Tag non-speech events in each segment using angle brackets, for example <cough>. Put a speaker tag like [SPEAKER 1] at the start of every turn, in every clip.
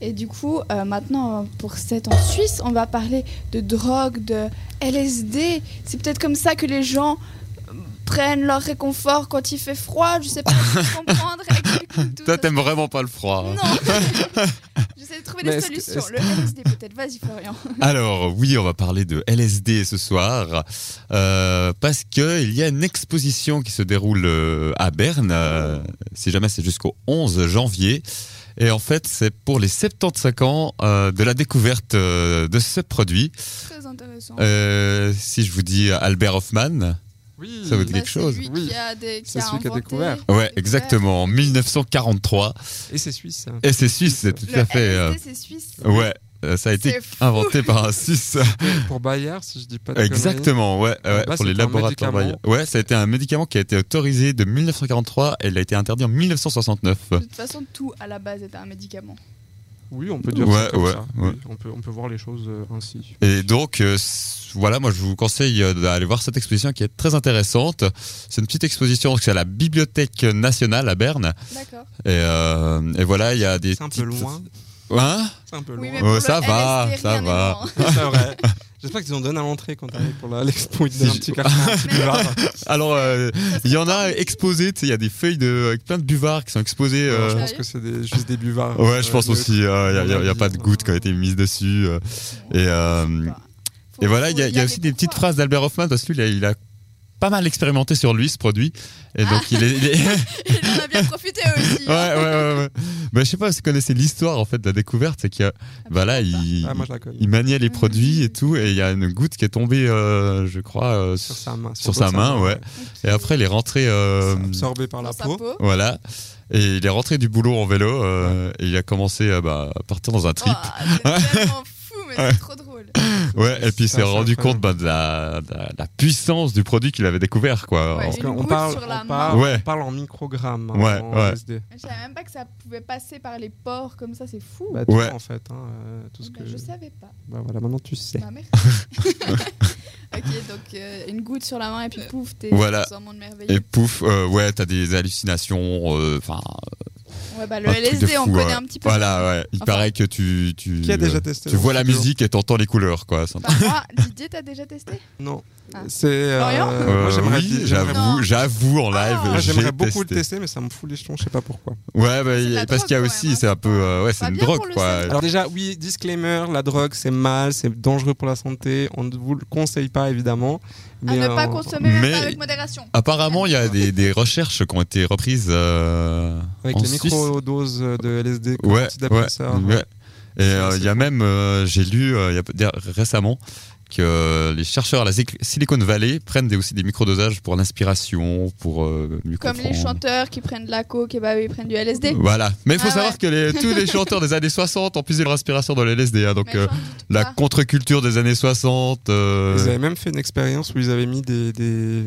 [SPEAKER 1] Et du coup, euh, maintenant, pour 7 en Suisse, on va parler de drogue, de LSD. C'est peut-être comme ça que les gens euh, prennent leur réconfort quand il fait froid. Je sais pas
[SPEAKER 2] <laughs>
[SPEAKER 1] je comprendre. explique-nous tout,
[SPEAKER 2] Toi,
[SPEAKER 1] parce que-
[SPEAKER 2] t'aimes vraiment pas le froid. hein.
[SPEAKER 1] Non.
[SPEAKER 2] <laughs>
[SPEAKER 1] J'essaie de trouver
[SPEAKER 2] Mais
[SPEAKER 1] des
[SPEAKER 2] est-ce que-
[SPEAKER 1] solutions.
[SPEAKER 2] est-ce
[SPEAKER 1] Le LSD peut-être. Vas-y, Florian.
[SPEAKER 2] Alors oui, on va parler de LSD ce soir euh, parce que il y a une exposition qui se déroule euh, à Berne. euh, si jamais c'est jusqu'au 11 janvier. Et en fait, c'est pour les 75 ans euh, de la découverte euh, de ce produit.
[SPEAKER 1] Très intéressant.
[SPEAKER 2] Euh, si je vous dis Albert Hoffman,
[SPEAKER 3] Oui.
[SPEAKER 2] ça vous dit
[SPEAKER 1] Bah,
[SPEAKER 2] quelque chose
[SPEAKER 1] C'est lui qui a, des, qui
[SPEAKER 3] C'est
[SPEAKER 1] a
[SPEAKER 3] celui qui a
[SPEAKER 1] inventé-
[SPEAKER 3] découvert.
[SPEAKER 2] Ouais, exactement. En 1943.
[SPEAKER 3] Et c'est suisse. ça.
[SPEAKER 2] Et c'est suisse, c'est tout
[SPEAKER 1] Le
[SPEAKER 2] à fait. euh,
[SPEAKER 1] LSD, c'est suisse.
[SPEAKER 2] ouais, euh, ça a été
[SPEAKER 1] C'est fou.
[SPEAKER 2] inventé par un Suisse.
[SPEAKER 3] Pour Bayard, si je dis pas de
[SPEAKER 2] Exactement, ouais, ouais, pour les
[SPEAKER 3] Là, Ah, bah, c'était un
[SPEAKER 2] laboratoires.
[SPEAKER 3] médicament.
[SPEAKER 2] Bayer. Ouais, ça a été un médicament qui a été autorisé de 1943 et il a été interdit en 1969.
[SPEAKER 1] De toute façon, tout à la base est un médicament.
[SPEAKER 3] conneries. Oui, on peut dire
[SPEAKER 2] Ouais,
[SPEAKER 3] ça comme
[SPEAKER 2] ouais,
[SPEAKER 3] ça.
[SPEAKER 2] ouais.
[SPEAKER 3] Oui, on, peut, on peut voir les choses euh, ainsi.
[SPEAKER 2] Et donc, euh, c- voilà, moi je vous conseille euh, d'aller voir cette exposition qui est très intéressante. C'est une petite exposition, donc c'est à la Bibliothèque nationale à Berne.
[SPEAKER 1] D'accord.
[SPEAKER 2] Et, euh, et voilà, il y a des.
[SPEAKER 3] C'est un peu
[SPEAKER 2] petites-
[SPEAKER 3] loin.
[SPEAKER 2] Hein
[SPEAKER 3] C'est un peu
[SPEAKER 1] Oui,
[SPEAKER 3] loin.
[SPEAKER 1] mais
[SPEAKER 2] Ouais,
[SPEAKER 1] pour le
[SPEAKER 2] ça va,
[SPEAKER 1] LSD,
[SPEAKER 2] ça
[SPEAKER 1] rien n'est hein.
[SPEAKER 2] va.
[SPEAKER 1] loin.
[SPEAKER 3] <laughs> C'est vrai. J'espère qu'ils en donnent à l'entrée quand t'arrives pour la- l'expo. Ils te
[SPEAKER 2] Si
[SPEAKER 3] donnent un
[SPEAKER 2] je-
[SPEAKER 3] petit carton,
[SPEAKER 2] <laughs>
[SPEAKER 3] un petit buvard.
[SPEAKER 2] Alors, euh, il y en a exposés, tu sais, il y a des feuilles de, avec plein de buvards qui sont exposées. euh,
[SPEAKER 3] Je pense que c'est des- juste des buvards.
[SPEAKER 2] Ouais, je
[SPEAKER 3] euh,
[SPEAKER 2] pense
[SPEAKER 3] de-
[SPEAKER 2] aussi. hein, Il n'y a, y a pas de goutte qui a été mise dessus. euh, et, euh,
[SPEAKER 1] Faut-
[SPEAKER 2] et voilà, il y a,
[SPEAKER 1] faut
[SPEAKER 2] y a
[SPEAKER 1] aller
[SPEAKER 2] aussi des
[SPEAKER 1] pour
[SPEAKER 2] petites
[SPEAKER 1] voir.
[SPEAKER 2] phrases d'Albert Hoffman parce que lui, il a, il a pas mal expérimenté sur lui ce produit. Et donc, il est. il est- <laughs>
[SPEAKER 1] <laughs> Il en a bien profité aussi. hein.
[SPEAKER 2] ouais, ouais, ouais. ouais. Bah, je sais pas si vous connaissez l'histoire en fait de la découverte, c'est qu'il voilà, il,
[SPEAKER 3] Ah, moi je la connais.
[SPEAKER 2] il maniait les
[SPEAKER 1] Mhm.
[SPEAKER 2] produits et tout, et il y a une goutte qui est tombée, euh, je crois, euh,
[SPEAKER 3] Sur sa main.
[SPEAKER 2] sur
[SPEAKER 3] le dos
[SPEAKER 2] sa
[SPEAKER 3] de
[SPEAKER 2] main, ouais. Et après, il est rentré. euh,
[SPEAKER 3] C'est Absorbé par la peau.
[SPEAKER 2] voilà. Et il est rentré du boulot en vélo euh, et il a commencé euh, bah, à partir dans un trip. <laughs>
[SPEAKER 1] C'est Oh, tellement fou, mais c'est trop drôle.
[SPEAKER 2] Ouais, et puis il
[SPEAKER 3] Ça,
[SPEAKER 2] s'est
[SPEAKER 3] Ah, c'est
[SPEAKER 2] rendu compte
[SPEAKER 3] incroyable.
[SPEAKER 2] bah, de, la, de la- de la puissance du produit qu'il avait découvert, quoi.
[SPEAKER 1] Ouais, Une
[SPEAKER 2] En-
[SPEAKER 3] Parce qu'on
[SPEAKER 1] goutte
[SPEAKER 3] parle,
[SPEAKER 1] sur la main.
[SPEAKER 3] on parle,
[SPEAKER 2] Ouais.
[SPEAKER 3] on parle en microgrammes. hein,
[SPEAKER 2] Ouais,
[SPEAKER 3] en
[SPEAKER 2] ouais.
[SPEAKER 3] LSD.
[SPEAKER 1] Je savais même pas que ça pouvait passer par les pores comme ça, c'est fou.
[SPEAKER 3] Bah, tout
[SPEAKER 2] Ouais.
[SPEAKER 3] en fait. hein, euh, tout ce
[SPEAKER 1] Eh
[SPEAKER 3] que...
[SPEAKER 1] ben, Je savais pas.
[SPEAKER 3] Bah voilà, maintenant tu sais.
[SPEAKER 1] Bah,
[SPEAKER 2] <laughs>
[SPEAKER 1] merci. ok, donc euh, une goutte sur la main et puis pouf, t'es
[SPEAKER 2] Voilà.
[SPEAKER 1] dans un monde merveilleux.
[SPEAKER 2] Et pouf, euh, ouais, t'as des hallucinations. euh, Enfin,
[SPEAKER 1] Ouais, bah, le
[SPEAKER 2] un truc de
[SPEAKER 1] LSD, on
[SPEAKER 2] fou,
[SPEAKER 1] connaît
[SPEAKER 2] ouais.
[SPEAKER 1] un petit peu.
[SPEAKER 2] voilà, ouais. Il
[SPEAKER 1] Enfin,
[SPEAKER 2] paraît que tu, tu,
[SPEAKER 3] Qui a déjà Euh,
[SPEAKER 2] euh,
[SPEAKER 3] testé
[SPEAKER 2] tu
[SPEAKER 3] dans
[SPEAKER 2] vois
[SPEAKER 3] le
[SPEAKER 2] la
[SPEAKER 3] studio
[SPEAKER 2] musique et t'entends les couleurs, quoi. C'est un
[SPEAKER 1] Bah, moi, Didier, t'as déjà testé
[SPEAKER 3] Non.
[SPEAKER 1] Ah.
[SPEAKER 3] C'est. euh,
[SPEAKER 1] Florian
[SPEAKER 2] truc-
[SPEAKER 3] moi
[SPEAKER 2] Euh,
[SPEAKER 3] j'aimerais
[SPEAKER 2] oui,
[SPEAKER 3] j'aimerais-
[SPEAKER 2] j'avoue,
[SPEAKER 1] Non.
[SPEAKER 2] j'avoue en
[SPEAKER 1] Ah.
[SPEAKER 2] live.
[SPEAKER 1] Moi,
[SPEAKER 3] Moi,
[SPEAKER 2] j'ai
[SPEAKER 3] j'aimerais beaucoup
[SPEAKER 2] testé.
[SPEAKER 3] le tester, mais ça me fout les jetons, je sais pas pourquoi.
[SPEAKER 2] Ouais, bah, il-
[SPEAKER 1] la
[SPEAKER 2] parce qu'il y a
[SPEAKER 1] drogue, quand
[SPEAKER 2] aussi,
[SPEAKER 1] même, hein.
[SPEAKER 2] c'est un peu, euh, ouais, c'est
[SPEAKER 1] Pas
[SPEAKER 2] une
[SPEAKER 1] bien
[SPEAKER 2] drogue,
[SPEAKER 1] pour le
[SPEAKER 2] quoi.
[SPEAKER 1] cerveau.
[SPEAKER 3] Alors, déjà, oui, disclaimer la drogue c'est mal, c'est dangereux pour la santé, on ne vous le conseille pas évidemment.
[SPEAKER 1] À
[SPEAKER 3] mais,
[SPEAKER 1] ne
[SPEAKER 3] euh,
[SPEAKER 1] pas consommer même
[SPEAKER 2] Mais-
[SPEAKER 1] avec modération.
[SPEAKER 2] Apparemment, il y a des, des recherches qui ont été reprises euh,
[SPEAKER 3] Avec
[SPEAKER 2] en
[SPEAKER 3] les
[SPEAKER 2] Suisse.
[SPEAKER 3] microdoses de LSD, comme
[SPEAKER 2] Ouais,
[SPEAKER 3] petit
[SPEAKER 2] ouais,
[SPEAKER 3] dépresseur.
[SPEAKER 2] ouais. Et euh, il y a
[SPEAKER 3] c'est
[SPEAKER 2] même, euh, j'ai lu euh, il y a peut- dire- récemment que euh, les chercheurs à la Sil- Silicon Valley prennent des, aussi des microdosages pour l'inspiration, pour euh, mieux
[SPEAKER 1] Comme les
[SPEAKER 2] comprendre.
[SPEAKER 1] chanteurs qui prennent de la coke et bah oui, ils prennent du LSD.
[SPEAKER 2] Voilà, mais il faut
[SPEAKER 1] Ah
[SPEAKER 2] savoir
[SPEAKER 1] ouais.
[SPEAKER 2] que les- tous les chanteurs des années 60 ont puisé leur inspiration dans les LSD, hein, donc
[SPEAKER 1] Mais
[SPEAKER 2] euh,
[SPEAKER 1] j'en doute
[SPEAKER 2] la
[SPEAKER 1] pas.
[SPEAKER 2] contre-culture des années 60. euh,
[SPEAKER 3] Ils avaient même fait une expérience où ils avaient mis des, des,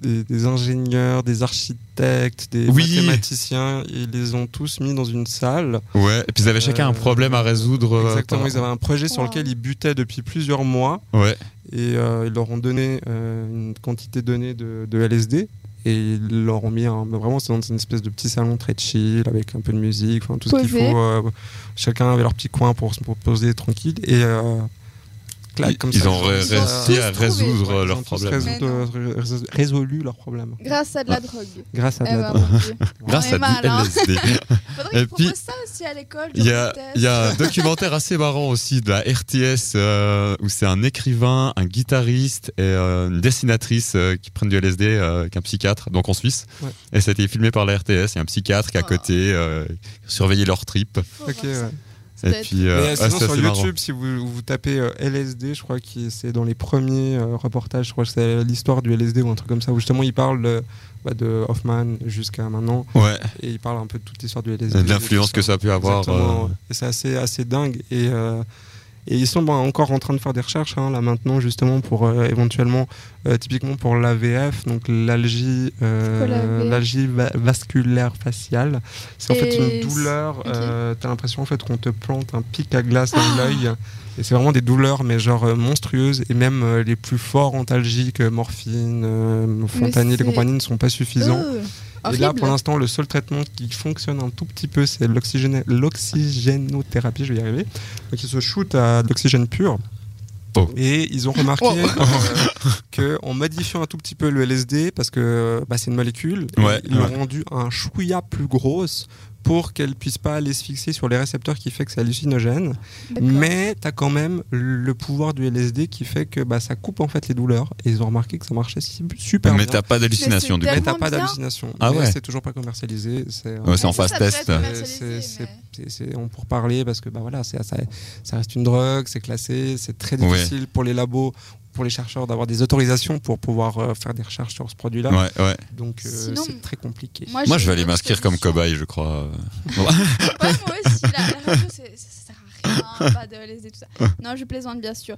[SPEAKER 3] des- des ingénieurs, des architectes, des
[SPEAKER 2] Oui.
[SPEAKER 3] mathématiciens. Ils les ont tous mis dans une salle.
[SPEAKER 2] Ouais, et puis ils avaient chacun un
[SPEAKER 3] Euh,
[SPEAKER 2] problème à résoudre. euh,
[SPEAKER 3] Exactement,
[SPEAKER 2] par-
[SPEAKER 3] ils avaient un projet sur
[SPEAKER 1] Wow.
[SPEAKER 3] lequel ils butaient depuis plusieurs mois
[SPEAKER 2] Ouais,
[SPEAKER 3] et euh, ils leur ont donné euh, une quantité donnée de, de LSD. Et ils leur ont mis un, bah, vraiment c'est dans une espèce de petit salon très chill avec un peu de musique, enfin, tout ce qu'il
[SPEAKER 1] Posé.
[SPEAKER 3] faut. euh, chacun avait leur petit coin pour se pour poser tranquille et euh, clac,
[SPEAKER 2] ils,
[SPEAKER 3] comme
[SPEAKER 2] ils
[SPEAKER 3] ça,
[SPEAKER 2] ont ré-
[SPEAKER 3] ils ont-
[SPEAKER 1] réussi
[SPEAKER 2] réussi à
[SPEAKER 1] tous trouvé.
[SPEAKER 2] résoudre
[SPEAKER 3] Ouais,
[SPEAKER 2] euh,
[SPEAKER 3] ils
[SPEAKER 2] leurs
[SPEAKER 3] ont tous
[SPEAKER 2] problèmes.
[SPEAKER 3] résolu-
[SPEAKER 1] Mais non.
[SPEAKER 3] euh, rés- résolu leurs problèmes.
[SPEAKER 1] Grâce à de la drogue.
[SPEAKER 3] Grâce à
[SPEAKER 1] Eh ben, mon Dieu.
[SPEAKER 2] Grâce
[SPEAKER 1] On est
[SPEAKER 2] à
[SPEAKER 1] mal, hein.
[SPEAKER 2] du LSD.
[SPEAKER 1] Faudrait
[SPEAKER 2] Et
[SPEAKER 1] qu'ils proposent
[SPEAKER 2] puis,
[SPEAKER 1] ça aussi à l'école.
[SPEAKER 2] Il y a,
[SPEAKER 1] genre des
[SPEAKER 2] il y a
[SPEAKER 1] tests.
[SPEAKER 2] un documentaire assez marrant aussi de la RTS euh, où c'est un écrivain, un guitariste et euh, une dessinatrice euh, qui prennent du LSD euh, avec un psychiatre, donc en Suisse.
[SPEAKER 3] Ouais.
[SPEAKER 2] Et ça a été filmé par la RTS. Il y a un psychiatre qui est à
[SPEAKER 1] Ah.
[SPEAKER 2] côté, euh, qui surveillait leur trip.
[SPEAKER 1] Faut
[SPEAKER 3] Ok,
[SPEAKER 1] voir
[SPEAKER 3] ouais.
[SPEAKER 1] ça. Ça
[SPEAKER 2] Et
[SPEAKER 1] doit être-
[SPEAKER 2] puis, euh,
[SPEAKER 3] Mais, euh,
[SPEAKER 2] ouais,
[SPEAKER 3] sinon,
[SPEAKER 2] ça,
[SPEAKER 3] sur
[SPEAKER 2] c'est
[SPEAKER 3] YouTube,
[SPEAKER 2] marrant.
[SPEAKER 3] si vous, vous tapez euh, LSD, je crois que c'est dans les premiers euh, reportages, je crois que c'est l'histoire du LSD ou un truc comme ça, où justement il parle de, bah, de Hoffman jusqu'à maintenant,
[SPEAKER 2] Ouais,
[SPEAKER 3] et il parle un peu de toute l'histoire du LSD.
[SPEAKER 2] de l'influence que ça a pu avoir.
[SPEAKER 3] Exactement,
[SPEAKER 2] euh,
[SPEAKER 3] ouais. Et c'est assez, assez dingue. Et, euh, et ils sont bah, encore en train de faire des recherches hein, là maintenant, justement, pour euh, éventuellement, euh, typiquement pour l'AVF, donc l'algie euh,
[SPEAKER 1] C'est quoi l'AVF?
[SPEAKER 3] l'algie va- vasculaire faciale. C'est en fait
[SPEAKER 1] Et
[SPEAKER 3] une douleur,
[SPEAKER 1] ok. Ah.
[SPEAKER 3] euh, t'as l'impression en fait qu'on te plante un pic à glace dans l'œil. Et c'est vraiment des douleurs, mais genre euh, monstrueuses, et même euh, les plus forts antalgiques, euh, morphine, euh, fentanyl et
[SPEAKER 1] c'est-
[SPEAKER 3] compagnie ne sont pas suffisants.
[SPEAKER 1] Euh,
[SPEAKER 3] Et là, pour l'instant, le seul traitement qui fonctionne un tout petit peu, c'est l'oxygéné- l'oxygénothérapie, je vais y arriver. Donc, ils se shootent à de l'oxygène pur.
[SPEAKER 2] Oh.
[SPEAKER 3] Et ils ont remarqué
[SPEAKER 1] Oh.
[SPEAKER 3] euh, <laughs> que en modifiant un tout petit peu le LSD, parce que bah, c'est une molécule,
[SPEAKER 2] Ouais,
[SPEAKER 3] ils l'ont
[SPEAKER 2] ouais.
[SPEAKER 3] rendue un chouïa plus grosse pour qu'elle puisse pas aller se fixer sur les récepteurs qui fait que c'est hallucinogène. Mais tu as quand même le pouvoir du LSD qui fait que bah, ça coupe en fait les douleurs. Et ils ont remarqué que ça marchait si- super
[SPEAKER 2] Mais
[SPEAKER 3] bien.
[SPEAKER 2] t'as pas d'hallucination
[SPEAKER 1] Mais
[SPEAKER 2] du
[SPEAKER 1] c'est
[SPEAKER 2] coup.
[SPEAKER 3] Mais t'as
[SPEAKER 1] Tellement
[SPEAKER 3] pas
[SPEAKER 1] bien.
[SPEAKER 3] d'hallucination.
[SPEAKER 2] Ah
[SPEAKER 3] Mais
[SPEAKER 2] ouais.
[SPEAKER 3] C'est toujours pas commercialisé. C'est euh,
[SPEAKER 2] Ouais, c'est en phase
[SPEAKER 1] Ça devrait
[SPEAKER 2] test.
[SPEAKER 1] être
[SPEAKER 3] c'est-
[SPEAKER 1] commercialisé,
[SPEAKER 3] c'est-
[SPEAKER 1] mais-
[SPEAKER 3] c'est- c'est- on pour parler parce que bah voilà, c'est- ça, ça reste une drogue, c'est classé, c'est très
[SPEAKER 2] Ouais.
[SPEAKER 3] difficile pour les labos, pour les chercheurs d'avoir des autorisations pour pouvoir euh, faire des recherches sur ce produit-là.
[SPEAKER 2] Ouais, ouais.
[SPEAKER 3] Donc euh,
[SPEAKER 1] Sinon,
[SPEAKER 3] c'est très compliqué.
[SPEAKER 2] Moi, je
[SPEAKER 1] j'ai
[SPEAKER 2] vais
[SPEAKER 1] une
[SPEAKER 2] aller
[SPEAKER 1] autre
[SPEAKER 2] m'inscrire comme
[SPEAKER 1] solution.
[SPEAKER 2] cobaye, je crois. <laughs>
[SPEAKER 1] Ouais, moi aussi, la, la radio, c'est- ça, ça sert à rien, pas de LSD, tout ça. Non, je plaisante, bien sûr.